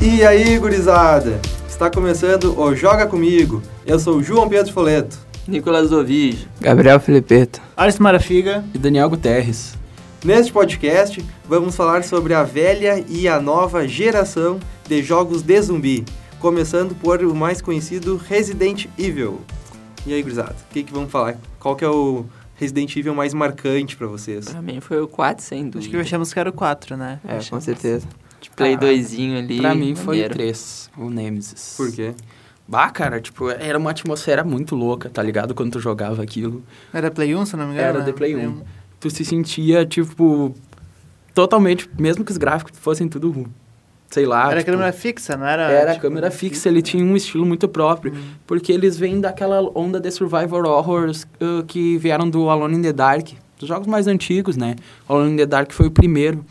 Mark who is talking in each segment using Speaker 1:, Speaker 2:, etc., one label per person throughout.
Speaker 1: E aí, gurizada? Está começando o Joga Comigo. Eu sou o João Pedro Foleto.
Speaker 2: Nicolas Dovige.
Speaker 3: Gabriel Felipeto
Speaker 4: Alisson Marafiga.
Speaker 5: e Daniel Guterres.
Speaker 1: Neste podcast, vamos falar sobre a velha e a nova geração de jogos de zumbi, começando por o mais conhecido Resident Evil. E aí, gurizada, o que, que vamos falar? Qual que é o Resident Evil mais marcante pra vocês?
Speaker 2: Pra mim foi o 4, sem
Speaker 4: Acho
Speaker 2: dúvida.
Speaker 4: que achamos que era o 4, né?
Speaker 3: É, com certeza.
Speaker 2: De Play
Speaker 5: Ah,
Speaker 2: 2zinho ali.
Speaker 5: Pra mim foi o
Speaker 2: maneiro.
Speaker 5: 3, o Nemesis.
Speaker 1: Por quê?
Speaker 5: Bah, cara, tipo, era uma atmosfera muito louca, tá ligado? Quando tu jogava aquilo.
Speaker 4: Era Play 1, se não me engano?
Speaker 5: Era
Speaker 4: né?
Speaker 5: de Play 1. Tu se sentia, tipo, totalmente, mesmo que os gráficos fossem tudo, ru- sei lá.
Speaker 4: Era
Speaker 5: tipo,
Speaker 4: câmera fixa, não era?
Speaker 5: Era
Speaker 4: tipo, Uhum.
Speaker 5: câmera fixa, ele tinha um estilo muito próprio. Porque eles vêm daquela onda de survival horrors uh, que vieram do Alone in the Dark. Dos jogos mais antigos, né? Alone in the Dark foi o primeiro.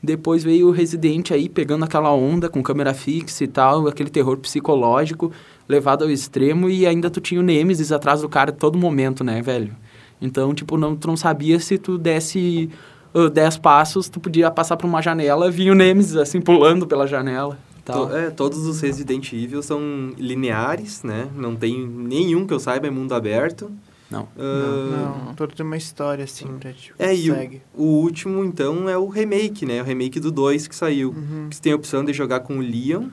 Speaker 5: Depois veio o Resident aí pegando aquela onda com câmera fixa e tal, aquele terror psicológico levado ao extremo e ainda tu tinha o Nemesis atrás do cara a todo momento, né, velho? Então, tipo, não, tu não sabia se tu desse uh, 10 passos, tu podia passar por uma janela, vinha o Nemesis assim pulando pela janela. e Tal.
Speaker 1: To- é, todos os Resident Evil são lineares, né? Não tem nenhum que eu saiba é mundo aberto.
Speaker 5: Não.
Speaker 1: Ah,
Speaker 4: Não, todo tem uma história, assim, pra te
Speaker 1: É, e o-
Speaker 4: segue.
Speaker 1: O último, então, é o remake, né? O remake do 2 que saiu.
Speaker 4: Uhum.
Speaker 1: Você tem a opção de jogar com o Leon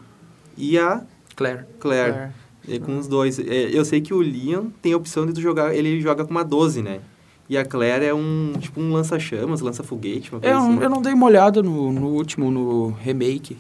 Speaker 1: e a
Speaker 5: Claire.
Speaker 1: Claire. E com os dois. É, eu sei que o Leon tem a opção de tu jogar... Ele joga com uma 12, né? E a Claire é um... Tipo um lança-chamas, lança-foguete,
Speaker 2: É
Speaker 1: uma
Speaker 2: um,
Speaker 1: coisa
Speaker 5: Eu,
Speaker 1: assim.
Speaker 5: É, eu não dei uma olhada no, no último, no remake.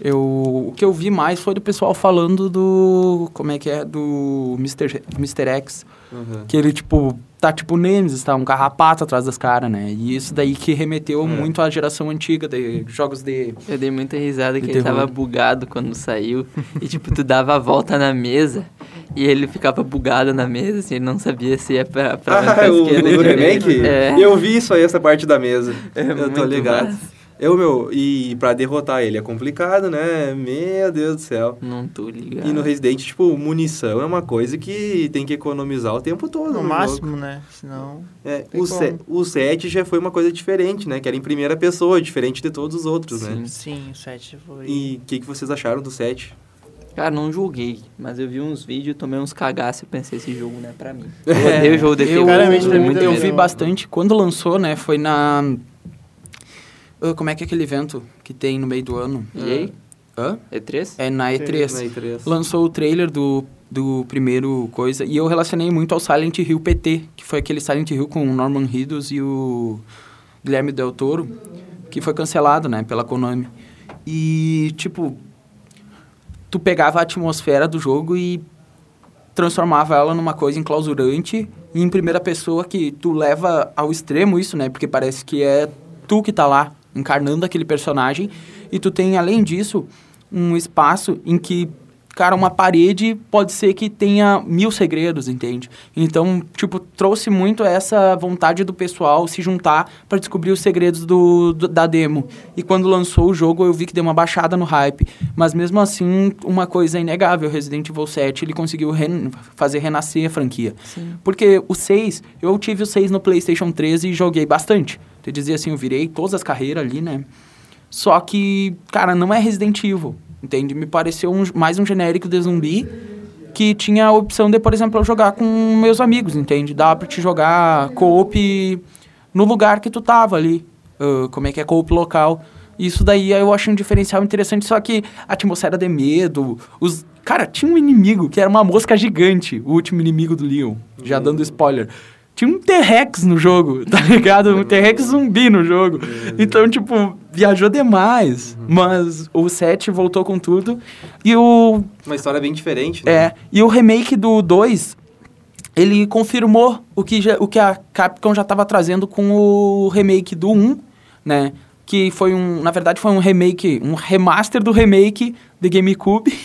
Speaker 5: Eu, o que eu vi mais foi do pessoal falando do. Como é que é? Do Mr. Mr. X.
Speaker 1: Aham.
Speaker 5: Que ele, tipo, tá tipo Nemesis, tá um carrapato atrás das caras, né? E isso daí que remeteu
Speaker 1: É.
Speaker 5: muito à geração antiga de jogos de.
Speaker 2: Eu dei muita risada que
Speaker 5: De
Speaker 2: ele tava
Speaker 5: terror.
Speaker 2: bugado quando saiu. e tipo, tu dava a volta na mesa e ele ficava bugado na mesa, assim, ele não sabia se ia pra, pra, onde, pra
Speaker 4: é
Speaker 1: Ah, o,
Speaker 2: esquerda.
Speaker 1: o
Speaker 2: direita.
Speaker 1: remake?
Speaker 2: É.
Speaker 1: Eu vi isso aí, essa parte da mesa. eu tô
Speaker 2: muito
Speaker 1: ligado.
Speaker 2: massa.
Speaker 1: Eu, meu, e pra derrotar ele é complicado, né? Meu Deus do céu.
Speaker 2: Não tô ligado.
Speaker 1: E no Resident, tipo, munição é uma coisa que tem que economizar o tempo todo.
Speaker 4: No
Speaker 1: jogo.
Speaker 4: máximo, né? Senão...
Speaker 1: É,
Speaker 4: tem
Speaker 1: o, se, o 7 já foi uma coisa diferente, né? Que era em primeira pessoa, diferente de todos os outros, né?
Speaker 2: Sim.
Speaker 4: Sim, o 7 foi...
Speaker 1: E o que, que vocês acharam do 7?
Speaker 2: Cara, não joguei, mas eu vi uns vídeos, tomei uns cagaços e pensei, esse jogo não é pra mim. Eu odeio o jogo de
Speaker 5: eu,
Speaker 2: terror,
Speaker 4: Claramente, pra mim,
Speaker 2: muito
Speaker 5: eu
Speaker 4: também
Speaker 2: medo.
Speaker 5: vi
Speaker 4: não.
Speaker 5: bastante. Quando lançou, né? Foi na. Ah, Como é que é aquele evento que tem no meio do ano?
Speaker 2: E aí?
Speaker 5: Ah. Hã?
Speaker 2: E3?
Speaker 5: É na E3.
Speaker 1: Na E3.
Speaker 5: lançou o trailer do, do primeiro coisa e eu relacionei muito ao Silent Hill PT, que foi aquele Silent Hill com o Norman Reedus e o Guilherme Del Toro, que foi cancelado, né, pela Konami. E, tipo, tu pegava a atmosfera do jogo e transformava ela numa coisa enclausurante e em primeira pessoa que tu leva ao extremo isso, né? Porque parece que é tu que tá lá encarnando aquele personagem e tu tem além disso um espaço em que cara uma parede pode ser que tenha mil segredos, entende? Então, tipo, trouxe muito essa vontade do pessoal se juntar para descobrir os segredos do, do- da demo. E quando lançou o jogo, eu vi que deu uma baixada no hype, mas mesmo assim, uma coisa é inegável, Resident Evil 7, ele conseguiu ren- fazer renascer a franquia.
Speaker 2: Sim.
Speaker 5: Porque o 6, eu tive o 6 no PlayStation 13 e joguei bastante. Eu dizia assim, eu virei todas as carreiras ali, né? Só que, cara, não é Resident Evil, entende? Me pareceu um- mais um genérico de zumbi que tinha a opção de, por exemplo, eu jogar com meus amigos, entende? Dá pra te jogar co-op no lugar que tu tava ali. ah, como é que é co-op local. Isso daí eu achei um diferencial interessante, só que a atmosfera de medo, os... Cara, tinha um inimigo que era uma mosca gigante, o último inimigo do Leon, já dando spoiler. Tinha um T-Rex no jogo, tá ligado? Um T-Rex zumbi no jogo. Então, tipo, viajou demais. Mas o 7 voltou com tudo. E o
Speaker 1: Uma história bem diferente, né?
Speaker 5: é, e o remake do 2, ele confirmou o que, já- o que a Capcom já estava trazendo com o remake do 1, né? Que foi um, na verdade foi um remake, um remaster do remake de GameCube.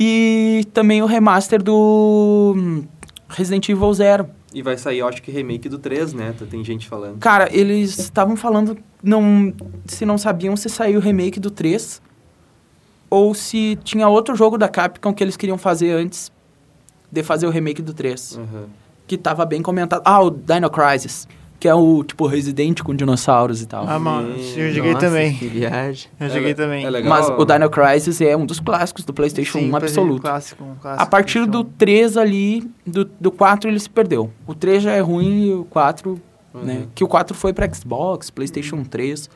Speaker 5: E também o remaster do hum, Resident Evil Zero.
Speaker 1: E vai sair, eu acho que remake do 3, né? Tá- Tem gente falando.
Speaker 5: Cara, eles estavam falando não, se não sabiam se saiu o remake do 3 ou se tinha outro jogo da Capcom que eles queriam fazer antes de fazer o remake do 3
Speaker 1: Aham.
Speaker 5: que tava bem comentado. Ah, o Dino Crisis. que é o tipo Resident com dinossauros e tal.
Speaker 4: Ah, mano,
Speaker 1: Sim.
Speaker 4: eu joguei
Speaker 3: Nossa,
Speaker 4: também.
Speaker 3: Que viagem.
Speaker 4: Eu joguei também.
Speaker 1: É legal.
Speaker 5: Mas o Dino Crisis é um dos clássicos do PlayStation
Speaker 4: Sim,
Speaker 5: 1 absoluto.
Speaker 4: Clássico, um clássico
Speaker 5: A partir do
Speaker 4: PlayStation
Speaker 5: 3 ali, do, do 4 ele se perdeu. O 3 já é ruim e o 4,
Speaker 2: Uhum.
Speaker 5: né? Que o 4 foi pra Xbox, PlayStation 3.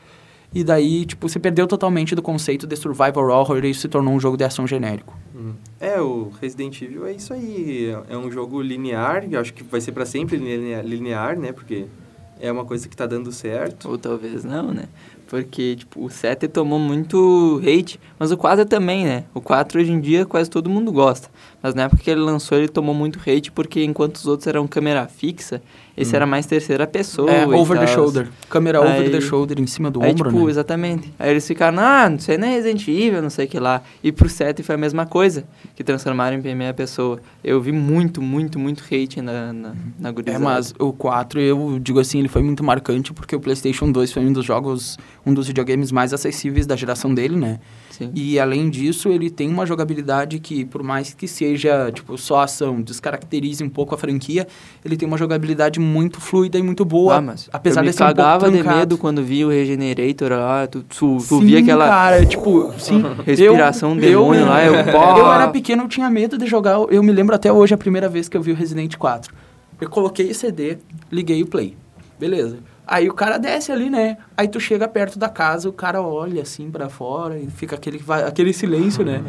Speaker 5: E daí, tipo, se perdeu totalmente do conceito de survival horror e se tornou um jogo de ação genérico.
Speaker 1: Hum. É, o Resident Evil é isso aí. É um jogo linear, eu acho que vai ser pra sempre linea- linear, né? Porque é uma coisa que tá dando certo.
Speaker 2: Ou talvez não, né? Porque, tipo, o 7 tomou muito hate, mas o 4 também, né? O 4 hoje em dia quase todo mundo gosta. Mas na época que ele lançou, ele tomou muito hate porque enquanto os outros eram câmera fixa, esse era mais terceira pessoa.
Speaker 5: Hum. é,
Speaker 2: e
Speaker 5: over the
Speaker 2: tals.
Speaker 5: shoulder. Câmera over
Speaker 2: Aí-
Speaker 5: the shoulder em cima do
Speaker 2: Aí,
Speaker 5: ombro,
Speaker 2: tipo,
Speaker 5: né?
Speaker 2: exatamente. Aí eles ficaram, ah, não sei, não é Resident Evil, não sei o que lá. E pro 7 foi a mesma coisa, que transformaram em primeira pessoa. Eu vi muito, muito, muito hate na, na, na
Speaker 5: É,
Speaker 2: gurizada.
Speaker 5: mas o 4, eu digo assim, ele foi muito marcante porque o PlayStation 2 foi um dos jogos, um dos videogames mais acessíveis da geração dele, né?
Speaker 2: Sim.
Speaker 5: E além disso, ele tem uma jogabilidade que, por mais que seja tipo só ação, descaracterize um pouco a franquia, ele tem uma jogabilidade muito fluida e muito boa.
Speaker 2: Ah, mas
Speaker 5: apesar
Speaker 2: eu me
Speaker 5: de ser um pouco
Speaker 2: cagava de
Speaker 5: truncado.
Speaker 2: medo quando via o Regenerator lá, tu, tu, tu
Speaker 5: Sim,
Speaker 2: via aquela
Speaker 5: cara, tipo, sim.
Speaker 2: respiração
Speaker 5: eu-
Speaker 2: demônio
Speaker 5: eu-
Speaker 2: lá, eu, pô,
Speaker 5: Eu era pequeno, eu tinha medo de jogar. Eu me lembro até hoje a primeira vez que eu vi o Resident 4. Eu coloquei o CD, liguei o play. Beleza. Aí o cara desce ali, né? Aí tu chega perto da casa, o cara olha assim pra fora e fica aquele, va- aquele silêncio, né?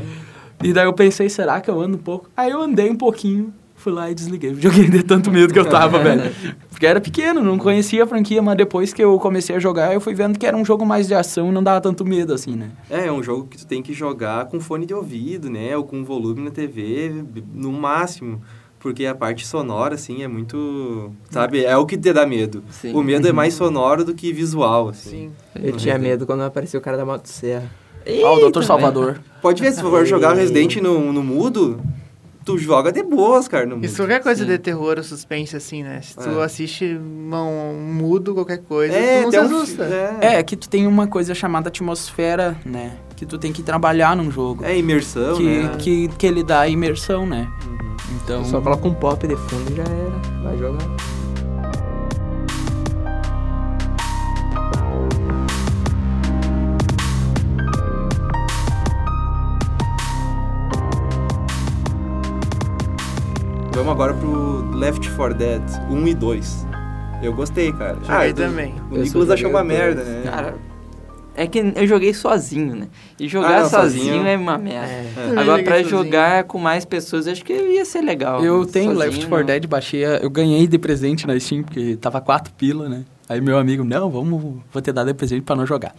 Speaker 5: E daí eu pensei, será que eu ando um pouco? Aí eu andei um pouquinho, fui lá e desliguei. Joguei de tanto medo que eu tava, velho. Porque eu era pequeno, não conhecia a franquia, mas depois que eu comecei a jogar, eu fui vendo que era um jogo mais de ação e não dava tanto medo assim, né?
Speaker 1: É, é um jogo que tu tem que jogar com fone de ouvido, né? Ou com volume na TV, no máximo. Porque a parte sonora, assim, é muito... Sabe? É o que te dá medo.
Speaker 2: Sim.
Speaker 1: O medo é mais sonoro do que visual, assim.
Speaker 4: Sim.
Speaker 3: Eu tinha medo quando apareceu o cara da motosserra.
Speaker 5: Ó, o Dr. Salvador.
Speaker 1: Pode ver, se for jogar Resident no, no mudo, tu joga de boas, cara, no mudo.
Speaker 4: Isso qualquer coisa
Speaker 2: Sim.
Speaker 4: de terror ou suspense, assim, né? Se tu
Speaker 1: É.
Speaker 4: assiste mão mudo, qualquer coisa, tu não se
Speaker 1: tem um-
Speaker 4: assusta.
Speaker 1: É,
Speaker 5: É, que tu tem uma coisa chamada atmosfera, né? Que tu tem que trabalhar num jogo.
Speaker 1: é imersão,
Speaker 5: que,
Speaker 1: né?
Speaker 5: que, que ele dá a imersão, né?
Speaker 1: Uhum.
Speaker 5: Então.
Speaker 3: Só coloca um pop de fundo e já era. Vai jogar.
Speaker 1: Vamos agora pro Left 4 Dead 1 e 2. Eu gostei, cara. Ah,
Speaker 4: Joguei
Speaker 1: do-
Speaker 4: também.
Speaker 1: O
Speaker 3: Eu
Speaker 1: Nicolas
Speaker 3: só
Speaker 1: achou uma
Speaker 3: joguei o
Speaker 1: merda,
Speaker 3: dois.
Speaker 1: né?
Speaker 2: Cara, é que eu joguei sozinho, né? E jogar
Speaker 1: Ah, não,
Speaker 2: sozinho,
Speaker 1: sozinho.
Speaker 2: é uma merda.
Speaker 4: Eu
Speaker 2: Agora,
Speaker 4: joguei
Speaker 2: pra
Speaker 4: sozinho.
Speaker 2: jogar com mais pessoas, acho que ia ser legal.
Speaker 5: Eu
Speaker 2: mas
Speaker 5: tenho
Speaker 2: sozinho,
Speaker 5: Left 4
Speaker 2: não.
Speaker 5: Dead, baixei. a- Eu ganhei de presente na Steam, porque tava 4 pila, né? Aí meu amigo, não, vamos, vou te dar de presente pra não jogar.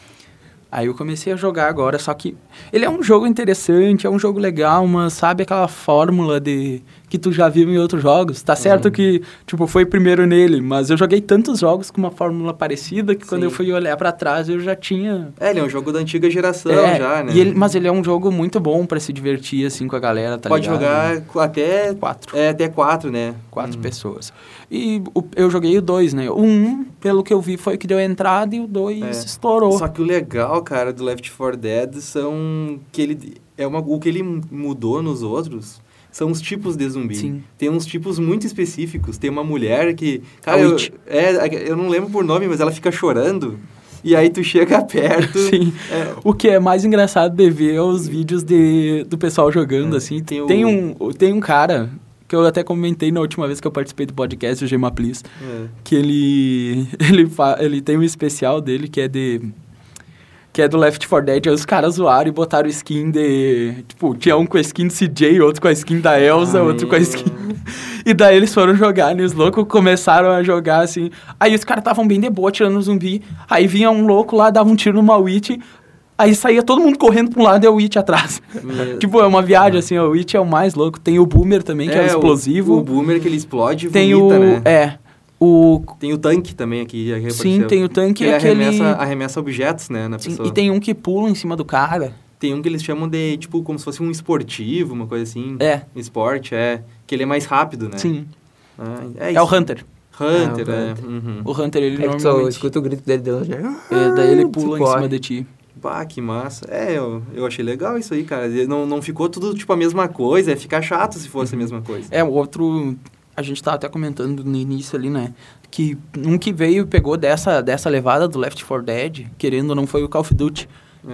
Speaker 5: Aí eu comecei a jogar agora, só que ele é um jogo interessante, é um jogo legal, mas sabe aquela fórmula de que tu já viu em outros jogos? Tá
Speaker 1: Uhum.
Speaker 5: certo que, tipo, foi primeiro nele, mas eu joguei tantos jogos com uma fórmula parecida que quando
Speaker 1: Sim.
Speaker 5: eu fui olhar pra trás eu já tinha
Speaker 1: É, ele é um jogo da antiga geração
Speaker 5: É,
Speaker 1: já, né?
Speaker 5: e ele- mas ele é um jogo muito bom pra se divertir assim com a galera, tá
Speaker 1: Pode
Speaker 5: ligado?
Speaker 1: jogar com até,
Speaker 5: quatro.
Speaker 1: é, até quatro, né?
Speaker 5: Quatro pessoas. E o- eu joguei o dois, né? O um, pelo que eu vi, foi o que deu entrada e o dois
Speaker 1: É.
Speaker 5: estourou.
Speaker 1: Só que o legal, cara, do Left 4 Dead são que ele é uma o que ele mudou nos outros são os tipos de zumbi.
Speaker 5: Sim.
Speaker 1: Tem uns tipos muito específicos. Tem uma mulher que, cara,
Speaker 5: A
Speaker 1: eu,
Speaker 5: Witch.
Speaker 1: é, eu não lembro por nome, mas ela fica chorando e aí tu chega perto.
Speaker 5: Sim.
Speaker 1: É.
Speaker 5: O que é mais engraçado de ver é os vídeos de, do pessoal jogando,
Speaker 1: É.
Speaker 5: assim.
Speaker 1: Tem
Speaker 5: Tem,
Speaker 1: o-
Speaker 5: um, tem um cara que eu até comentei na última vez que eu participei do podcast, o Gema Please,
Speaker 1: É.
Speaker 5: que ele, ele, fa- ele tem um especial dele que é de... Que é do Left 4 Dead, aí os caras zoaram e botaram skin de... Tipo, tinha um com a skin de CJ, outro com a skin da Elsa,
Speaker 1: Ah,
Speaker 5: outro com a
Speaker 1: meu.
Speaker 5: skin... E daí eles foram jogar, né? Os loucos começaram a jogar, assim. Aí os caras estavam bem de boa, tirando o zumbi. Aí vinha um louco lá, dava um tiro numa witch. Aí saía todo mundo correndo pra um lado e a witch atrás.
Speaker 1: Meu-
Speaker 5: tipo, é uma viagem, assim. A witch é o mais louco. Tem o boomer também, que é,
Speaker 1: o-
Speaker 5: o explosivo.
Speaker 1: O, boomer que ele explode e
Speaker 5: tem
Speaker 1: vomita,
Speaker 5: o...
Speaker 1: né?
Speaker 5: É. O...
Speaker 1: Tem o tanque também aqui. já que
Speaker 5: Sim,
Speaker 1: apareceu.
Speaker 5: tem o tanque,
Speaker 1: ele
Speaker 5: é aquele...
Speaker 1: arremessa, arremessa objetos, né, na
Speaker 5: Sim,
Speaker 1: pessoa.
Speaker 5: e tem um que pula em cima do cara.
Speaker 1: Tem um que eles chamam de, tipo, como se fosse um esportivo, uma coisa assim.
Speaker 5: É,
Speaker 1: Esporte, é. Que ele é mais rápido, né?
Speaker 5: sim.
Speaker 1: Ah,
Speaker 5: É,
Speaker 1: é,
Speaker 5: o
Speaker 1: isso.
Speaker 5: Hunter.
Speaker 1: Hunter,
Speaker 3: É, o
Speaker 1: é.
Speaker 3: Hunter.
Speaker 1: Uhum.
Speaker 5: O Hunter, ele
Speaker 3: É que tu
Speaker 5: normalmente...
Speaker 3: escuta o grito dele de longe.
Speaker 5: É, daí ele
Speaker 3: Ah,
Speaker 5: pula em
Speaker 3: corre.
Speaker 5: cima de ti.
Speaker 1: Bah, que massa. É, eu, eu achei legal isso aí, cara. Ele Não, não ficou tudo, tipo, a mesma coisa. Ia ficar chato se fosse a mesma coisa.
Speaker 5: É, o outro a gente tava até comentando no início ali, né? Que um que veio e pegou dessa, dessa levada do Left 4 Dead, querendo ou não, foi o Call of Duty,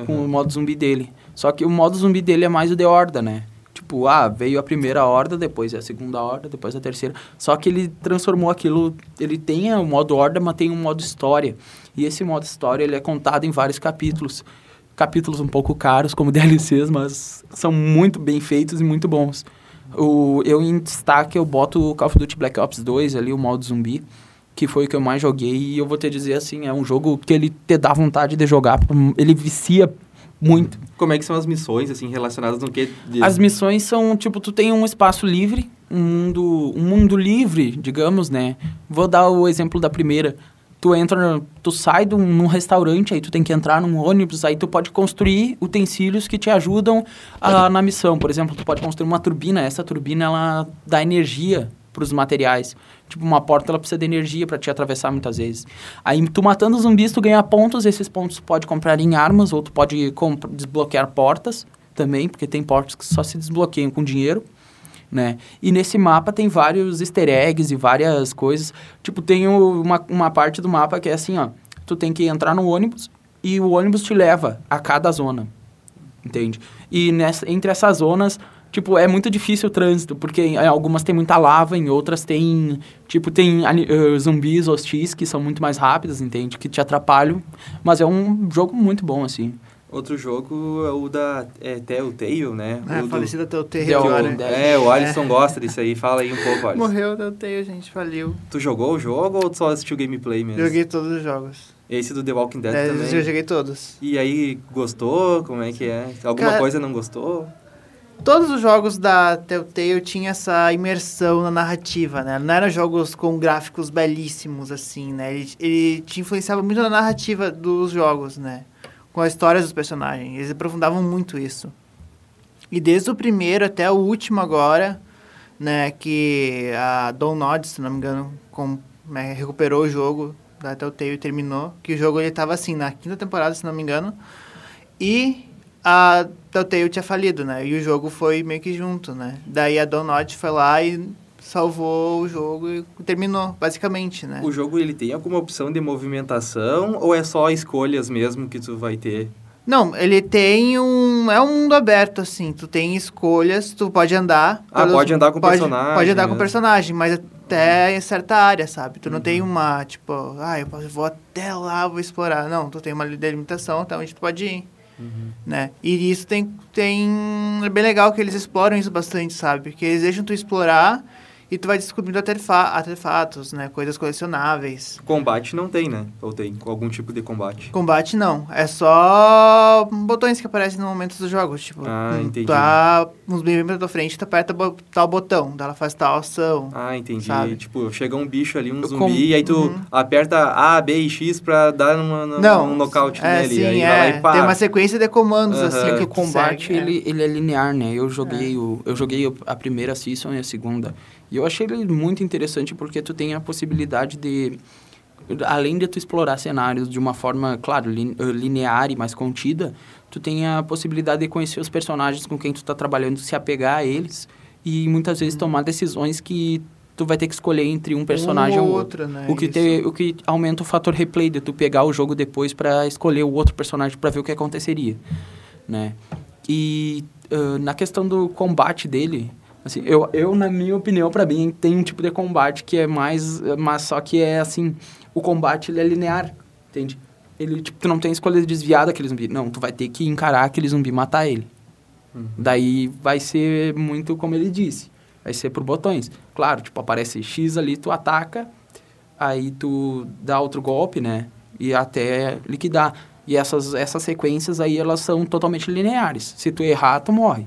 Speaker 5: com o modo zumbi dele. Só que o modo zumbi dele é mais o de horda, né? Tipo, ah, veio a primeira horda, depois é a segunda horda, depois a terceira. Só que ele transformou aquilo. Ele tem o modo horda, mas tem um modo história. E esse modo história ele é contado em vários capítulos. Capítulos um pouco caros, como DLCs, mas são muito bem feitos e muito bons. O, eu em destaque eu boto o Call of Duty Black Ops 2 ali, o modo zumbi, que foi o que eu mais joguei e eu vou te dizer assim, é um jogo que ele te dá vontade de jogar, ele vicia muito.
Speaker 1: Como é que são as missões, assim, relacionadas no que... de-
Speaker 5: As missões são, tipo, tu tem um espaço livre, um mundo, um mundo livre, digamos, né? Vou dar o exemplo da primeira. Tu entra, no- tu sai de um, num restaurante, aí tu tem que entrar num ônibus, aí tu pode construir utensílios que te ajudam ah, na missão. Por exemplo, tu pode construir uma turbina, essa turbina ela dá energia para os materiais. Tipo, uma porta ela precisa de energia para te atravessar muitas vezes. Aí tu matando zumbis, tu ganha pontos, esses pontos tu pode comprar em armas ou tu pode comp- desbloquear portas também, porque tem portas que só se desbloqueiam com dinheiro, né? E nesse mapa tem vários easter eggs e várias coisas. Tipo, tem o- uma, uma parte do mapa que é assim, ó. Tu tem que entrar no ônibus e o ônibus te leva a cada zona, entende? E nessa, entre essas zonas, tipo, é muito difícil o trânsito, porque em algumas tem muita lava, em outras tem, tipo, tem ani- eh, zumbis hostis que são muito mais rápidos, entende? Que te atrapalham, mas é um jogo muito bom, assim.
Speaker 1: Outro jogo é o da é, Telltale, né?
Speaker 4: Ah,
Speaker 1: o do-
Speaker 4: falecida Telltale
Speaker 5: The
Speaker 4: agora.
Speaker 5: Walking Dead.
Speaker 1: É, o Alisson gosta disso aí. Fala aí um pouco, Alisson.
Speaker 4: né? Morreu Telltale, gente, faliu.
Speaker 1: Tu jogou o jogo ou tu só assistiu gameplay mesmo?
Speaker 4: Joguei todos os jogos.
Speaker 1: Esse do The Walking Dead
Speaker 4: É,
Speaker 1: também.
Speaker 4: eu joguei todos.
Speaker 1: E aí, gostou? Como é que é? Alguma
Speaker 4: Cara-
Speaker 1: coisa não gostou?
Speaker 4: Todos os jogos da Telltale tinha essa imersão na narrativa, né? Não eram jogos com gráficos belíssimos, assim, né? Ele, ele te influenciava muito na narrativa dos jogos, né? Com as histórias dos personagens. Eles aprofundavam muito isso. E desde o primeiro até o último agora, né? Que a Don Nod, se não me engano, com- né, recuperou o jogo da Telltale e terminou. Que o jogo ele tava assim, na quinta temporada, se não me engano. E a Telltale tinha falido, né? E o jogo foi meio que junto, né? Daí a Donut foi lá e salvou o jogo e terminou, basicamente, né?
Speaker 1: O jogo, ele tem alguma opção de movimentação ou é só escolhas mesmo que tu vai ter?
Speaker 4: Não, ele tem um... É um mundo aberto, assim. Tu tem escolhas, tu pode andar...
Speaker 1: Ah, pode andar com o personagem
Speaker 4: Pode andar com o
Speaker 1: mesmo. Uhum.
Speaker 4: personagem, mas até em certa área, sabe? Tu não tem uma, tipo... Ah, eu posso- vou até lá, vou explorar. Não, tu tem uma delimitação até onde tu pode ir.
Speaker 1: Uhum.
Speaker 4: né? E isso tem, tem... É bem legal que eles exploram isso bastante, sabe? Que eles deixam tu explorar e tu vai descobrindo artefa artefatos, né? Coisas colecionáveis.
Speaker 1: Combate não tem, né? Ou tem algum tipo de combate?
Speaker 4: Combate não, é só botões que aparecem no momento dos jogos, tipo,
Speaker 1: Ah,
Speaker 4: hum,
Speaker 1: entendi.
Speaker 4: tá uns bem pra tua frente, tu aperta bo- tal botão, daí ela faz tal ação.
Speaker 1: Ah, entendi.
Speaker 4: Sabe?
Speaker 1: Tipo, chega um bicho ali, um
Speaker 5: Eu
Speaker 1: zumbi,
Speaker 5: com-
Speaker 1: e aí tu
Speaker 4: Uhum.
Speaker 1: aperta A, B e X pra dar uma, uma- um nocaute
Speaker 4: é,
Speaker 1: nele.
Speaker 4: Sim,
Speaker 1: aí
Speaker 4: é,
Speaker 1: vai lá e pá.
Speaker 4: tem uma sequência de comandos
Speaker 1: Aham.
Speaker 4: assim
Speaker 5: É que
Speaker 4: que
Speaker 5: o
Speaker 4: tu
Speaker 5: combate
Speaker 4: segue, é.
Speaker 5: ele, ele é linear, né? Eu joguei, o, eu joguei o- a primeira season e a segunda. E eu achei ele muito interessante porque tu tem a possibilidade de. Além de tu explorar cenários de uma forma, claro, lin- eh, linear e mais contida, tu tem a possibilidade de conhecer os personagens com quem tu tá trabalhando, se apegar a eles e
Speaker 4: Hum.
Speaker 5: muitas vezes tomar decisões que tu vai ter que escolher entre um personagem
Speaker 4: um
Speaker 5: ou
Speaker 4: ou
Speaker 5: outro.
Speaker 4: outro, né?
Speaker 5: O que,
Speaker 4: isso.
Speaker 5: te- o que aumenta o fator replay de tu pegar o jogo depois pra escolher o outro personagem pra ver o que aconteceria, né? E ãh, na questão do combate dele, assim, eu, eu na minha opinião, pra mim, tem um tipo de combate que é mais... eh, Mas só que é assim, o combate ele é linear, entende? Ele, tipo, tu não tem escolha de desviar daquele zumbi. Não, tu vai ter que encarar aquele zumbi e matar ele. Daí vai ser muito como ele disse. Vai ser por botões. Claro, tipo, aparece X ali, tu ataca, aí tu dá outro golpe, né? E até liquidar. E essas, essas sequências aí, elas são totalmente lineares. Se tu errar, tu morre.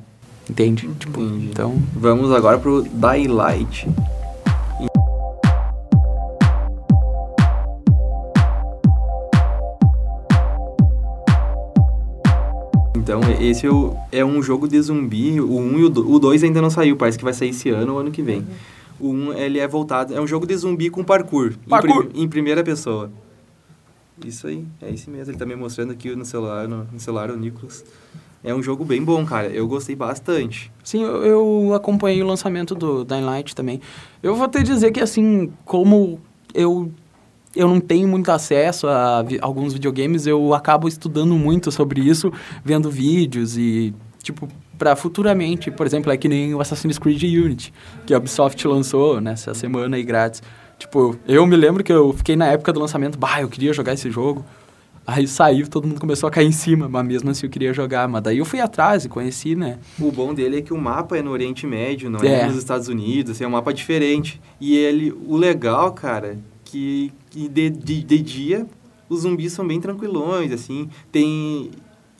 Speaker 5: Entende? Tipo,
Speaker 1: Entendi.
Speaker 5: então...
Speaker 1: Vamos agora pro Daylight. Então, e- esse é, o- é um jogo de zumbi. O 1 e o do- o 2 ainda não saiu, parece que vai sair esse ano ou ano que vem. O 1 ele é voltado. É um jogo de zumbi com parkour. em
Speaker 5: Parkour!
Speaker 1: prim- Em, primeira pessoa. Isso aí, é esse mesmo. Ele tá me mostrando aqui no celular, no, no celular o Nicolas. É um jogo bem bom, cara. Eu gostei bastante.
Speaker 5: Sim, eu, eu acompanhei o lançamento do Dying Light também. Eu vou te dizer que, assim, como eu, eu não tenho muito acesso a vi- alguns videogames, eu acabo estudando muito sobre isso, vendo vídeos e, tipo, para futuramente, por exemplo, é que nem o Assassin's Creed Unity, que a Ubisoft lançou nessa semana aí grátis. Tipo, eu me lembro que eu fiquei na época do lançamento, bah, eu queria jogar esse jogo. Aí saiu, todo mundo começou a cair em cima, mas mesmo assim eu queria jogar. Mas daí eu fui atrás e conheci, né?
Speaker 1: O bom dele é que o mapa é no Oriente Médio, não é,
Speaker 5: É.
Speaker 1: nos Estados Unidos, assim, é um mapa diferente. E ele, o legal, cara, que, que de, de, de dia os zumbis são bem tranquilões, assim, tem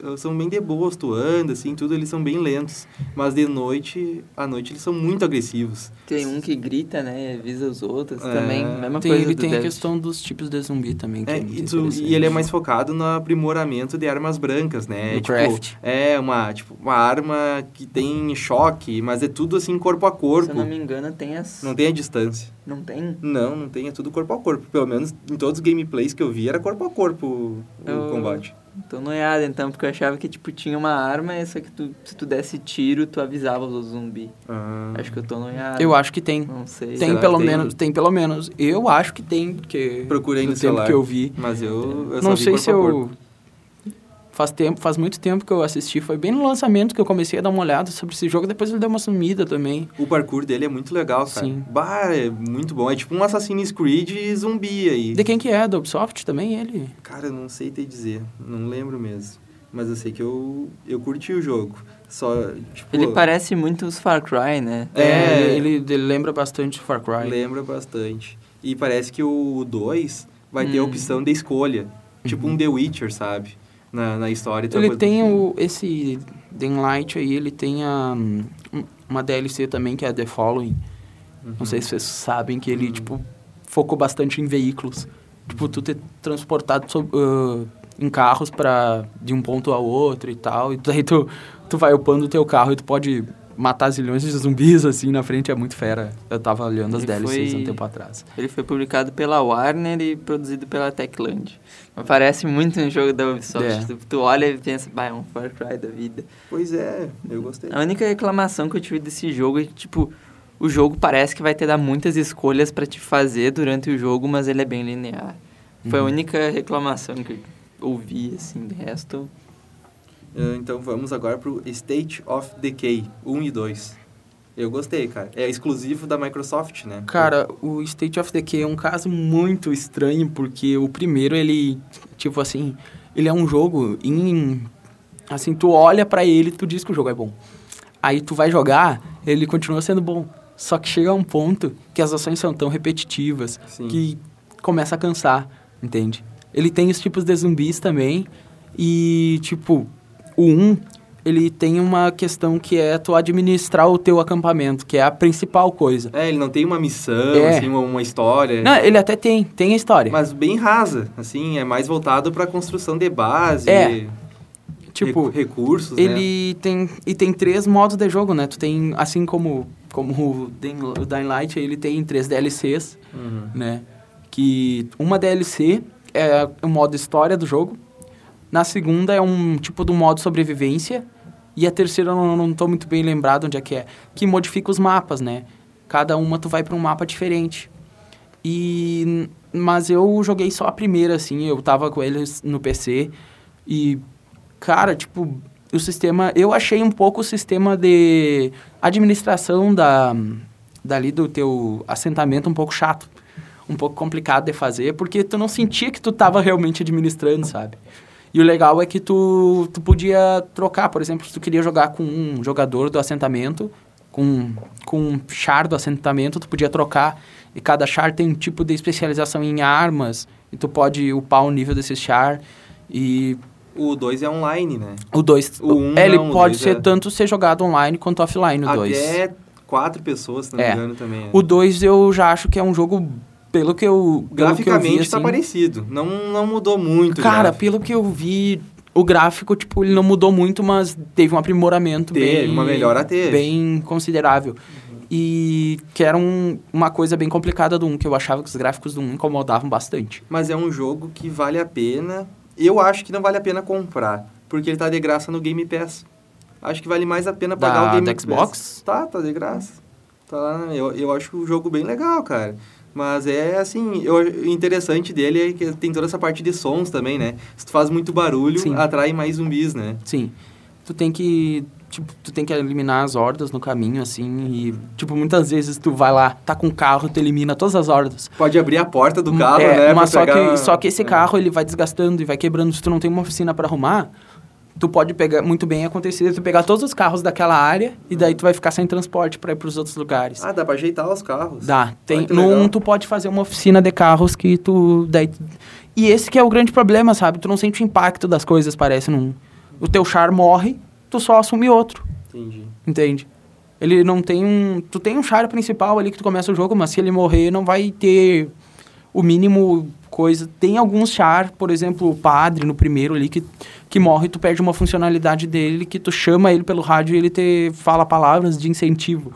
Speaker 1: ah, são bem de boas, tu anda, assim, tudo, eles são bem lentos. Mas de noite, à noite eles são muito agressivos.
Speaker 2: Tem um que grita, né? Avisa os outros
Speaker 1: É,
Speaker 2: também. Mesma
Speaker 5: tem,
Speaker 2: coisa
Speaker 5: e
Speaker 2: do
Speaker 5: tem a
Speaker 2: Dead.
Speaker 5: questão dos tipos de zumbi também. Que
Speaker 1: É,
Speaker 5: é muito
Speaker 1: e, tu-
Speaker 5: interessante.
Speaker 1: e ele é mais focado no aprimoramento de armas brancas, né?
Speaker 5: No craft.
Speaker 1: É, uma, tipo, uma arma que tem choque, mas é tudo assim corpo a
Speaker 2: Se eu não
Speaker 1: corpo.
Speaker 2: me engano, tem as.
Speaker 1: Não tem a distância.
Speaker 2: Não tem?
Speaker 1: Não, não tem, é tudo corpo a corpo. Pelo menos em todos os gameplays que eu vi era corpo a corpo o o
Speaker 2: Eu-
Speaker 1: combate.
Speaker 2: Tô noiado então, porque eu achava que, tipo, tinha uma arma, e só que tu, se tu desse tiro, tu avisava os zumbi.
Speaker 1: Ah,
Speaker 2: Acho que eu tô noiado.
Speaker 5: Eu acho que tem.
Speaker 2: Não sei.
Speaker 5: Tem
Speaker 1: Será
Speaker 5: pelo
Speaker 1: que tem?
Speaker 5: menos, tem pelo menos. Eu acho que tem, porque
Speaker 1: Procura aí
Speaker 5: do
Speaker 1: no
Speaker 5: tempo
Speaker 1: celular.
Speaker 5: que eu vi.
Speaker 1: Mas eu, eu só
Speaker 5: não
Speaker 1: vi
Speaker 5: sei
Speaker 1: corpo
Speaker 5: se
Speaker 1: a corpo.
Speaker 5: eu faz tempo, faz muito tempo que eu assisti, foi bem no lançamento que eu comecei a dar uma olhada sobre esse jogo, depois ele deu uma sumida também.
Speaker 1: O parkour dele é muito legal, cara.
Speaker 5: Sim.
Speaker 1: Bah, é muito bom. É tipo um Assassin's Creed zumbi aí.
Speaker 5: De quem que é? Da Ubisoft também ele?
Speaker 1: Cara, eu não sei te dizer. Não lembro mesmo. Mas eu sei que eu, eu curti o jogo. Só, tipo...
Speaker 2: Ele parece muito os Far Cry, né?
Speaker 1: É.
Speaker 5: ele, ele- ele lembra bastante Far Cry.
Speaker 1: Lembra bastante. E parece que o 2 vai ter a
Speaker 2: Hum.
Speaker 1: opção de escolha. Tipo um The Witcher, sabe? Na, na história. então
Speaker 5: Ele
Speaker 1: pode-
Speaker 2: assim.
Speaker 5: tem um o esse Dying Light aí, ele tem a, um, uma DLC também que é a The Following. Não
Speaker 2: Uhum.
Speaker 5: sei se vocês sabem que
Speaker 2: Hum.
Speaker 5: ele, tipo, focou bastante em veículos. Tipo, tu ter transportado sob- ãh, em carros para de um ponto ao outro e tal. E daí tu, tu vai upando o teu carro e tu pode matar zilhões de zumbis, assim, na frente. É muito fera. Eu tava olhando as
Speaker 2: Ele
Speaker 5: DLCs
Speaker 2: foi-
Speaker 5: um tempo atrás.
Speaker 2: Ele foi publicado pela Warner e produzido pela Techland. Mas parece muito um jogo da Ubisoft.
Speaker 5: É.
Speaker 2: Tu, tu olha e pensa, bah, é um Far Cry da vida.
Speaker 1: Pois é, eu gostei.
Speaker 2: A única reclamação que eu tive desse jogo é que, tipo, o jogo parece que vai te dar muitas escolhas pra te fazer durante o jogo, mas ele é bem linear. Foi a
Speaker 5: Uhum.
Speaker 2: única reclamação que eu ouvi, assim, de resto.
Speaker 1: Ah, Então vamos agora pro State of Decay 1 e 2. Eu gostei, cara. É exclusivo da Microsoft, né?
Speaker 5: Cara, o State of Decay é um caso muito estranho, porque o primeiro, ele, tipo assim, ele é um jogo em... Assim, tu olha pra ele e tu diz que o jogo é bom. Aí tu vai jogar, ele continua sendo bom. Só que chega um ponto que as ações são tão repetitivas
Speaker 1: Sim.
Speaker 5: que começa a cansar, entende? Ele tem os tipos de zumbis também e, tipo, o 1, ele tem uma questão que é tu administrar o teu acampamento, que é a principal coisa.
Speaker 1: É, ele não tem uma missão,
Speaker 5: É.
Speaker 1: assim, uma, uma história.
Speaker 5: Não, é. ele até tem, tem a história.
Speaker 1: Mas bem rasa, assim, é mais voltado pra construção de base,
Speaker 5: É,
Speaker 1: tipo,
Speaker 5: tipo,
Speaker 1: recursos, né?
Speaker 5: ele tem e tem três modos de jogo, né? Tu tem assim como como o Dying o Dying Light, ele tem três DLCs,
Speaker 1: Uhum.
Speaker 5: né? Que uma DLC é o modo história do jogo, na segunda é um tipo do modo sobrevivência e a terceira eu não, não tô muito bem lembrado onde é que é, que modifica os mapas, né? Cada uma tu vai pra um mapa diferente. E mas eu joguei só a primeira assim, eu tava com eles no PC e cara, tipo, o sistema, eu achei um pouco o sistema de administração da dali do teu assentamento um pouco chato, um pouco complicado de fazer, porque tu não sentia que tu tava realmente administrando, sabe? E o legal é que tu, tu podia trocar, por exemplo, se tu queria jogar com um jogador do assentamento, com, com um char do assentamento, tu podia trocar. E cada char tem um tipo de especialização em armas, e tu pode upar o nível desse char. E
Speaker 1: O 2 é online, né?
Speaker 5: o 2.
Speaker 1: O um
Speaker 5: ele
Speaker 1: não, o
Speaker 5: pode
Speaker 1: dois
Speaker 5: ser
Speaker 1: é-
Speaker 5: tanto ser jogado online quanto offline, o 2.
Speaker 1: Até quatro pessoas, se não me
Speaker 5: É.
Speaker 1: engano, também. é.
Speaker 5: O 2 eu já acho que é um jogo, pelo que eu. Pelo que eu vi,
Speaker 1: Graficamente
Speaker 5: assim,
Speaker 1: tá parecido. Não, não mudou muito. o
Speaker 5: Cara,
Speaker 1: gráfico.
Speaker 5: pelo que eu vi, o gráfico, tipo, ele não mudou muito, mas teve um aprimoramento
Speaker 1: Teve,
Speaker 5: bem...
Speaker 1: uma melhora teve.
Speaker 5: Bem considerável. E que era um- uma coisa bem complicada do 1, que eu achava que os gráficos do 1 incomodavam bastante.
Speaker 1: Mas é um jogo que vale a pena. Eu acho que não vale a pena comprar, porque ele tá de graça no Game Pass. acho que vale mais a pena
Speaker 5: Da-
Speaker 1: pagar o Game
Speaker 5: da
Speaker 1: Pass.
Speaker 5: Xbox?
Speaker 1: Tá, tá de graça. Tá lá, eu, eu acho o jogo bem legal, cara. Mas é assim, eu, o interessante dele é que tem toda essa parte de sons também, né? Se tu faz muito barulho,
Speaker 5: Sim.
Speaker 1: atrai mais zumbis, né?
Speaker 5: Sim. Tu tem que. Tipo, tu tem que eliminar as hordas no caminho, assim, e, tipo, muitas vezes tu vai lá, tá com um carro, tu elimina todas as hordas.
Speaker 1: Pode abrir a porta do carro,
Speaker 5: é,
Speaker 1: né?
Speaker 5: Mas
Speaker 1: pra
Speaker 5: só
Speaker 1: pegar-
Speaker 5: que, só que esse
Speaker 1: é.
Speaker 5: carro, ele vai desgastando e vai quebrando. Se tu não tem uma oficina pra arrumar, tu pode pegar, muito bem acontecer, tu pegar todos os carros daquela área e daí tu vai ficar sem transporte pra ir pros outros lugares.
Speaker 1: Ah, dá pra ajeitar os carros.
Speaker 5: Dá. Tem,
Speaker 1: que legal.
Speaker 5: num, tu pode fazer uma oficina de carros que tu. Daí, e esse que é o grande problema, sabe? Tu não sente o impacto das coisas, parece. Num, o teu char morre, tu só assume outro,
Speaker 1: Entendi.
Speaker 5: entende? Ele não tem um. Tu tem um char principal ali que tu começa o jogo, mas se ele morrer, não vai ter o mínimo coisa. Tem alguns char, por exemplo, o padre no primeiro ali, que, que morre, tu perde uma funcionalidade dele, que tu chama ele pelo rádio e ele te fala palavras de incentivo.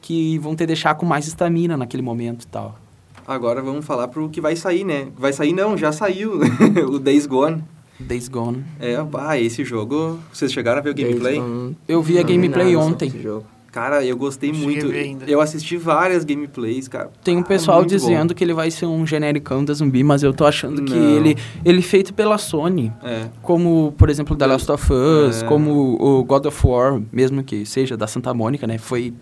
Speaker 5: Que vão te deixar com mais estamina naquele momento e tal.
Speaker 1: Agora vamos falar pro que vai sair, né? Vai sair não, já saiu. o Days Gone.
Speaker 5: Days Gone.
Speaker 1: É, bah, esse jogo. Vocês chegaram a ver o gameplay?
Speaker 5: Eu vi a gameplay ontem.
Speaker 1: Cara, eu gostei
Speaker 4: Cheguei
Speaker 1: muito.
Speaker 4: a ver ainda.
Speaker 1: Eu assisti várias gameplays, cara.
Speaker 5: Tem um
Speaker 1: Ah,
Speaker 5: pessoal
Speaker 1: muito
Speaker 5: dizendo que ele vai ser um genericão da zumbi, mas eu tô achando que
Speaker 1: Não.
Speaker 5: ele, ele é feito pela Sony,
Speaker 1: bom. É.
Speaker 5: como, por exemplo, The Last of Us,
Speaker 1: É.
Speaker 5: como o God of War, mesmo que seja da Santa Mônica, né? Foi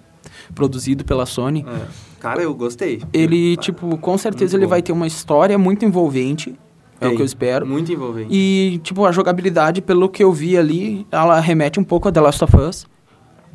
Speaker 5: produzido pela Sony.
Speaker 1: é. Cara, eu gostei.
Speaker 5: Ele, tipo, com certeza
Speaker 1: é. Muito
Speaker 5: ele
Speaker 1: bom.
Speaker 5: vai ter uma história muito envolvente, é
Speaker 1: Tem.
Speaker 5: o que eu espero.
Speaker 1: Muito envolvente.
Speaker 5: E, tipo, a jogabilidade, pelo que eu vi ali, ela remete um pouco a The Last of Us,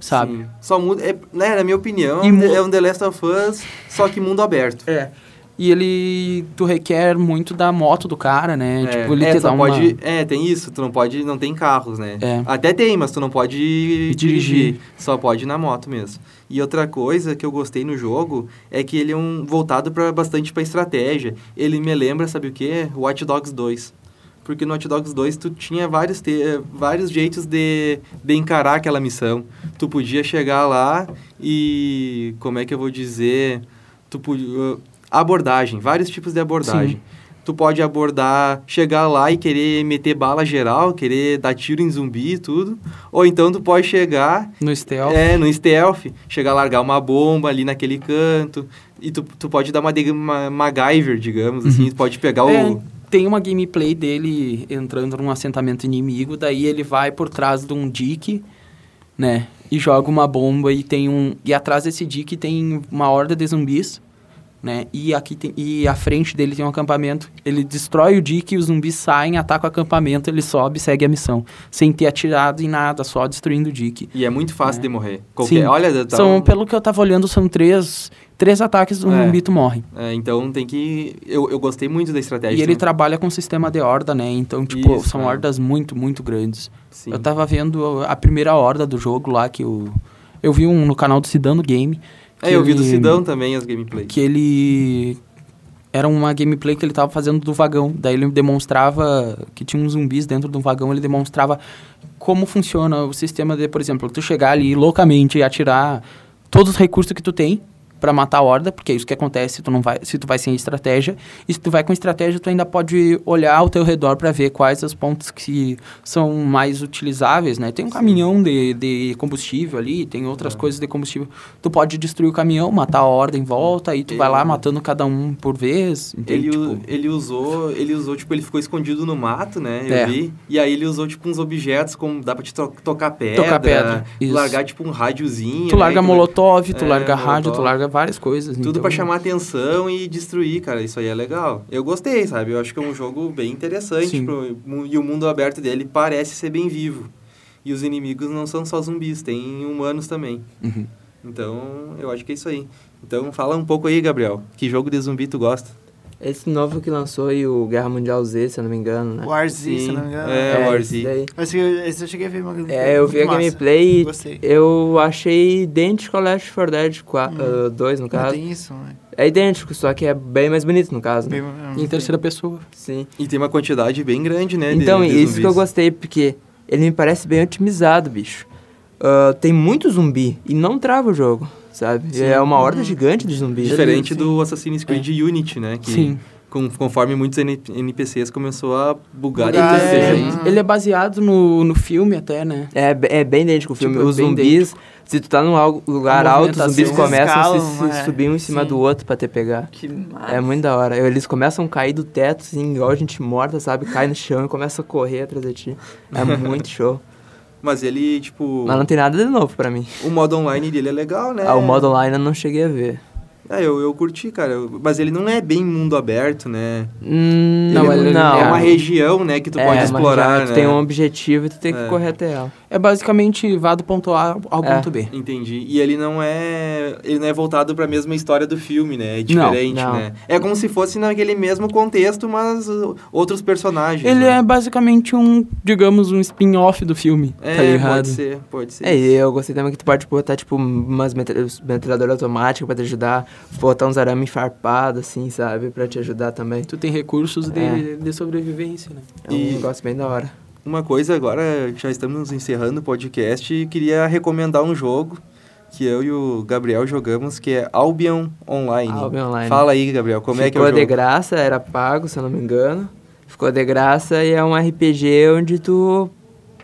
Speaker 5: sabe?
Speaker 1: Sim. Só muda. É, né, na minha opinião,
Speaker 5: E mu-
Speaker 1: é um The Last of Us, só que mundo aberto.
Speaker 5: É. E ele. Tu requer muito da moto do cara, né? tipo, ele
Speaker 1: é,
Speaker 5: te
Speaker 1: tu
Speaker 5: dá
Speaker 1: não
Speaker 5: uma.
Speaker 1: pode. É, tem isso. Tu não pode. Não tem carros, né?
Speaker 5: É.
Speaker 1: Até tem, mas tu não pode
Speaker 5: E
Speaker 1: dirigir.
Speaker 5: dirigir.
Speaker 1: Só pode ir na moto mesmo. E outra coisa que eu gostei no jogo é que ele é um voltado para bastante para estratégia. Ele me lembra, sabe o quê? Watch Dogs 2. Porque no Watch Dogs 2 tu tinha vários, te- vários jeitos de, de encarar aquela missão. Tu podia chegar lá e. Como é que eu vou dizer? Tu podia. Abordagem, vários tipos de abordagem.
Speaker 5: Sim.
Speaker 1: Tu pode abordar, chegar lá e querer meter bala geral, querer dar tiro em zumbi e tudo. Ou então tu pode chegar
Speaker 5: No stealth.
Speaker 1: é, no stealth. Chegar a largar uma bomba ali naquele canto. E tu, tu pode dar uma, de, uma MacGyver, digamos assim. Tu pode pegar
Speaker 5: É,
Speaker 1: o...
Speaker 5: tem uma gameplay dele entrando num assentamento inimigo, daí ele vai por trás de um dique, né? E joga uma bomba e tem um. E atrás desse dique tem uma horda de zumbis, né? E aqui tem. E à frente dele tem um acampamento. Ele destrói o dique, os zumbis saem, ataca o acampamento, ele sobe e segue a missão. Sem ter atirado em nada, só destruindo o dique.
Speaker 1: E é muito fácil
Speaker 5: É.
Speaker 1: de morrer. Qualquer...
Speaker 5: Sim.
Speaker 1: Olha, tá
Speaker 5: São,
Speaker 1: um-
Speaker 5: pelo que eu tava olhando, são três. Três ataques do
Speaker 1: É.
Speaker 5: zumbi tu morre.
Speaker 1: É, então tem que... Eu, eu gostei muito da estratégia.
Speaker 5: E ele
Speaker 1: também.
Speaker 5: trabalha com sistema de horda, né? Então, tipo,
Speaker 1: Isso,
Speaker 5: são
Speaker 1: é.
Speaker 5: hordas muito, muito grandes.
Speaker 1: Sim.
Speaker 5: Eu tava vendo a primeira horda do jogo lá que eu. Eu vi um no canal do Sidano Game.
Speaker 1: É, eu vi do
Speaker 5: que ele-
Speaker 1: Sidão também as gameplays.
Speaker 5: Que ele. Era uma gameplay que ele tava fazendo do vagão. Daí ele demonstrava que tinha uns zumbis dentro do vagão. Ele demonstrava como funciona o sistema de, por exemplo, tu chegar ali loucamente e atirar todos os recursos que tu tem pra matar a horda, porque é isso que acontece se tu não vai, se tu vai sem estratégia. E se tu vai com estratégia, tu ainda pode olhar ao teu redor pra ver quais os pontos que são mais utilizáveis, né? Tem um caminhão de, de combustível ali, tem outras coisas de combustível. Tu pode destruir o caminhão, matar a horda em volta, e tu vai lá
Speaker 1: Ele-
Speaker 5: matando cada um por vez.
Speaker 1: Ele,
Speaker 5: entende? Tipo,
Speaker 1: u- ele usou, ele usou, tipo, ele ficou escondido no mato, né? Eu
Speaker 5: É.
Speaker 1: vi. E aí ele usou, tipo, uns objetos, como dá pra te to- tocar pedra.
Speaker 5: Tocar pedra, isso.
Speaker 1: Largar, tipo, um rádiozinho.
Speaker 5: tu
Speaker 1: né?
Speaker 5: larga
Speaker 1: Que-
Speaker 5: molotov, tu
Speaker 1: É,
Speaker 5: larga rádio, tu
Speaker 1: molotov.
Speaker 5: larga várias coisas.
Speaker 1: Tudo
Speaker 5: então-
Speaker 1: pra chamar atenção e destruir, cara. Isso aí é legal. Eu gostei, sabe? Eu acho que é um jogo bem interessante.
Speaker 5: Sim.
Speaker 1: pro- mu- e o mundo aberto dele parece ser bem vivo. E os inimigos não são só zumbis, tem humanos também.
Speaker 5: Uhum.
Speaker 1: Então, eu acho que é isso aí. Então, fala um pouco aí, Gabriel. Que jogo de zumbi tu gosta?
Speaker 3: Esse novo que lançou aí, o Guerra Mundial Z, se eu não me engano, né?
Speaker 4: O Arzi, se
Speaker 1: Sim,
Speaker 4: não me engano.
Speaker 1: é. o
Speaker 3: esse
Speaker 1: RZ.
Speaker 3: daí.
Speaker 4: Esse, esse eu cheguei a ver uma gameplay.
Speaker 3: É, eu vi a
Speaker 4: muito massa.
Speaker 3: gameplay e
Speaker 1: tá
Speaker 4: Gostei.
Speaker 3: eu achei idêntico ao Last 4 Dead 4,
Speaker 4: Hum.
Speaker 3: ah, 2, no
Speaker 4: Ah,
Speaker 3: caso.
Speaker 4: tem isso, né?
Speaker 3: É idêntico, só que é bem mais bonito, no caso, né?
Speaker 4: Bem- hum.
Speaker 1: Então,
Speaker 5: Em terceira pessoa.
Speaker 3: Sim.
Speaker 1: E tem uma quantidade bem grande, né? de-
Speaker 3: Então,
Speaker 1: de
Speaker 3: isso que eu
Speaker 1: É zumbis.
Speaker 3: gostei, porque ele me parece bem otimizado, bicho. Ah, tem muito zumbi e não trava o
Speaker 4: Hum.
Speaker 3: jogo, sabe? É uma horda gigante de zumbis. É.
Speaker 1: Diferente do Assassin's Creed Unity, né? Que
Speaker 5: Sim.
Speaker 1: com- conforme muitos NP- NPCs começou a bugar.
Speaker 4: Bugar,
Speaker 1: e ter
Speaker 4: é.
Speaker 1: CGI.
Speaker 4: Uhum.
Speaker 5: Ele é baseado no, no filme até, né?
Speaker 3: É, be- é bem idêntico o
Speaker 5: Tipo,
Speaker 3: filme.
Speaker 5: é
Speaker 3: Os
Speaker 5: bem
Speaker 3: zumbis, se tu tá num al- lugar
Speaker 5: A
Speaker 3: alto, os zumbis
Speaker 5: movimentação.
Speaker 3: começam a se,
Speaker 4: Escalam,
Speaker 3: se
Speaker 4: é.
Speaker 3: subir um em cima
Speaker 2: Sim.
Speaker 3: do outro pra te pegar.
Speaker 2: Que massa.
Speaker 3: É muito da hora. Eles começam a cair do teto, assim, igual gente morta, sabe? Cai no chão e começa a correr atrás de ti. É muito show.
Speaker 1: Mas ele, tipo,
Speaker 3: Mas não tem nada de novo pra mim.
Speaker 1: o modo online dele é legal, né?
Speaker 3: Ah, o modo online eu não cheguei a ver.
Speaker 1: É, eu, eu curti, cara. Eu- Mas ele não é bem mundo aberto, né?
Speaker 3: Hum,
Speaker 5: Não, ele-
Speaker 1: É
Speaker 5: não.
Speaker 1: uma região, né, que tu
Speaker 3: É,
Speaker 1: pode
Speaker 3: mas
Speaker 1: explorar,
Speaker 3: já
Speaker 1: né?
Speaker 3: Tu tem um objetivo e tu tem que
Speaker 1: É.
Speaker 3: correr até ela.
Speaker 5: É basicamente vá do ponto A ao
Speaker 3: É.
Speaker 5: ponto B.
Speaker 1: Entendi. E ele não é, ele não é voltado pra mesma história do filme, né? É diferente,
Speaker 3: não.
Speaker 1: né? É como se fosse naquele mesmo contexto, mas uh, outros personagens.
Speaker 5: Ele
Speaker 1: né?
Speaker 5: é basicamente um, digamos, um spin-off do filme, tá
Speaker 1: É,
Speaker 5: ligado?
Speaker 1: pode ser, pode ser.
Speaker 3: É, e eu gostei também que tu pode botar, tipo, umas metra- metralhadoras automáticas pra te ajudar, botar uns arame farpado, assim, sabe? Pra te ajudar também.
Speaker 5: Tu tem recursos de,
Speaker 3: É.
Speaker 5: de sobrevivência, né?
Speaker 3: É um
Speaker 1: E-
Speaker 3: negócio bem da hora.
Speaker 1: Uma coisa, agora já estamos encerrando o podcast e queria recomendar um jogo que eu e o Gabriel jogamos, que é Albion Online.
Speaker 3: Albion Online.
Speaker 1: Fala aí, Gabriel, como é que é
Speaker 3: Ficou
Speaker 1: o jogo?
Speaker 3: de graça, era pago, se eu não me engano. Ficou de graça e é um RPG onde tu.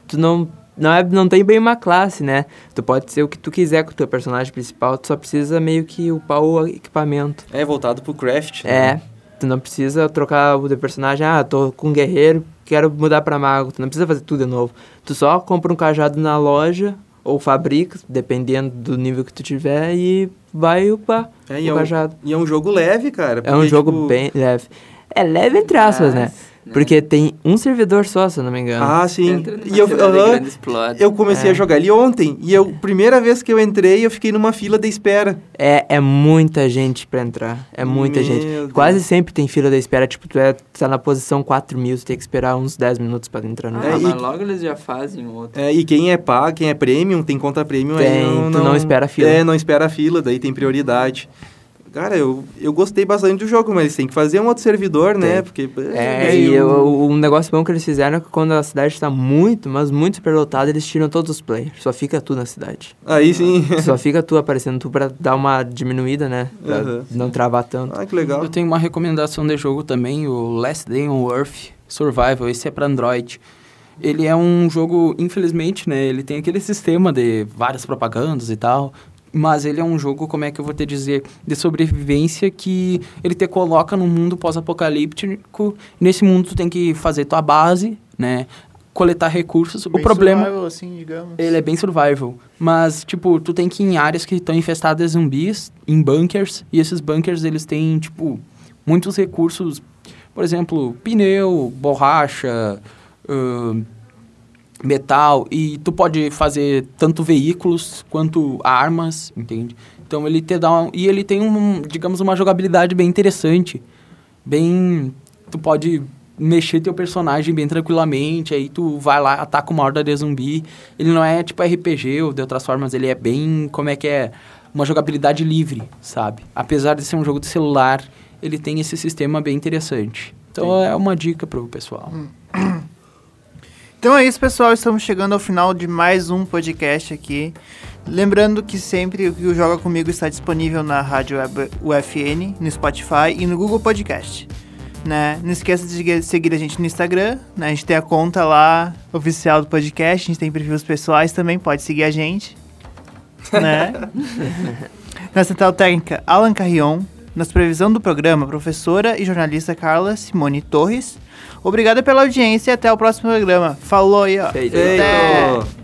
Speaker 3: Tu não. Não, é, não tem bem uma classe, né? Tu pode ser o que tu quiser com o teu personagem principal, tu só precisa meio que upar o equipamento.
Speaker 1: É voltado pro craft.
Speaker 3: É.
Speaker 1: né?
Speaker 3: Tu não precisa trocar o teu personagem, ah, tô com um guerreiro, quero mudar pra mago. Tu não precisa fazer tudo de novo. Tu só compra um cajado na loja ou fabrica, dependendo do nível que tu tiver, e vai upar
Speaker 1: É, e, é
Speaker 3: o
Speaker 1: um,
Speaker 3: cajado.
Speaker 1: e é um jogo leve, cara.
Speaker 3: É um
Speaker 1: porque,
Speaker 3: jogo
Speaker 1: tipo,
Speaker 3: bem leve. É leve entre aspas, né? Porque tem um servidor só, se eu não me engano.
Speaker 1: Ah, sim.
Speaker 2: Entra numa
Speaker 1: E eu,
Speaker 2: cidade
Speaker 1: aham,
Speaker 2: é grande, explode.
Speaker 1: eu comecei
Speaker 3: É.
Speaker 1: a jogar ele ontem e eu primeira vez que eu entrei, eu fiquei numa fila de espera.
Speaker 3: É, é muita gente pra entrar. É muita
Speaker 1: Meu
Speaker 3: gente.
Speaker 1: Deus.
Speaker 3: Quase sempre tem fila da espera. Tipo, tu, é, tu tá na posição 4 mil, tu tem que esperar uns 10 minutos pra entrar no
Speaker 2: Ah,
Speaker 1: É,
Speaker 3: jogo.
Speaker 1: e-
Speaker 2: mas logo eles já fazem um outro.
Speaker 1: É, e quem é pá, quem é premium, tem conta premium, aí
Speaker 3: Tem, tu não espera a fila.
Speaker 1: É, não espera a fila, daí tem prioridade. Cara, eu, eu gostei bastante do jogo, mas tem que fazer um outro servidor, né? Porque
Speaker 3: É, e eu- um negócio bom que eles fizeram é que quando a cidade tá muito, mas muito superlotada, eles tiram todos os players. Só fica tu na cidade.
Speaker 1: aí sim.
Speaker 3: Só fica tu aparecendo tu pra dar uma diminuída, né? Pra
Speaker 1: Uhum.
Speaker 3: não travar tanto.
Speaker 1: ah, que legal.
Speaker 5: Eu tenho uma recomendação de jogo também, o Last Day on Earth Survival. Esse é pra Android. Ele é um jogo, infelizmente, né? Ele tem aquele sistema de várias propagandas e tal. Mas ele é um jogo, como é que eu vou te dizer, de sobrevivência que ele te coloca num mundo pós-apocalíptico. Nesse mundo tu tem que fazer tua base, né? Coletar recursos. o
Speaker 4: Bem
Speaker 5: problema
Speaker 4: survival, assim, digamos.
Speaker 5: ele é bem survival. Mas, tipo, tu tem que ir em áreas que estão infestadas de zumbis, em bunkers. E esses bunkers, eles têm, tipo, muitos recursos. Por exemplo, pneu, borracha, ahn, metal. E tu pode fazer tanto veículos quanto armas, entende? Então, ele te dá um, E ele tem, um, digamos, uma jogabilidade bem interessante. Bem... Tu pode mexer teu personagem bem tranquilamente. Aí tu vai lá, ataca uma horda de zumbi. Ele não é tipo RPG ou de outras formas, ele é bem, como é que é, uma jogabilidade livre, sabe? Apesar de ser um jogo de celular, ele tem esse sistema bem interessante. Então é uma dica pro pessoal.
Speaker 4: Então é isso, pessoal. Estamos chegando ao final de mais um podcast aqui. Lembrando que sempre o que o Joga Comigo está disponível na rádio web UFN, no Spotify e no Google Podcast. Né? Não esqueça de seguir a gente no Instagram. né? A gente tem a conta lá oficial do podcast. A gente tem perfis pessoais também. Pode seguir a gente. Né? na Central Técnica, Alan Carrion. Na supervisão do programa, professora e jornalista Carla Simone Torres. Obrigado pela audiência e até o próximo programa. Falou aí, ó.
Speaker 3: Feito.
Speaker 1: Feito.
Speaker 4: Até.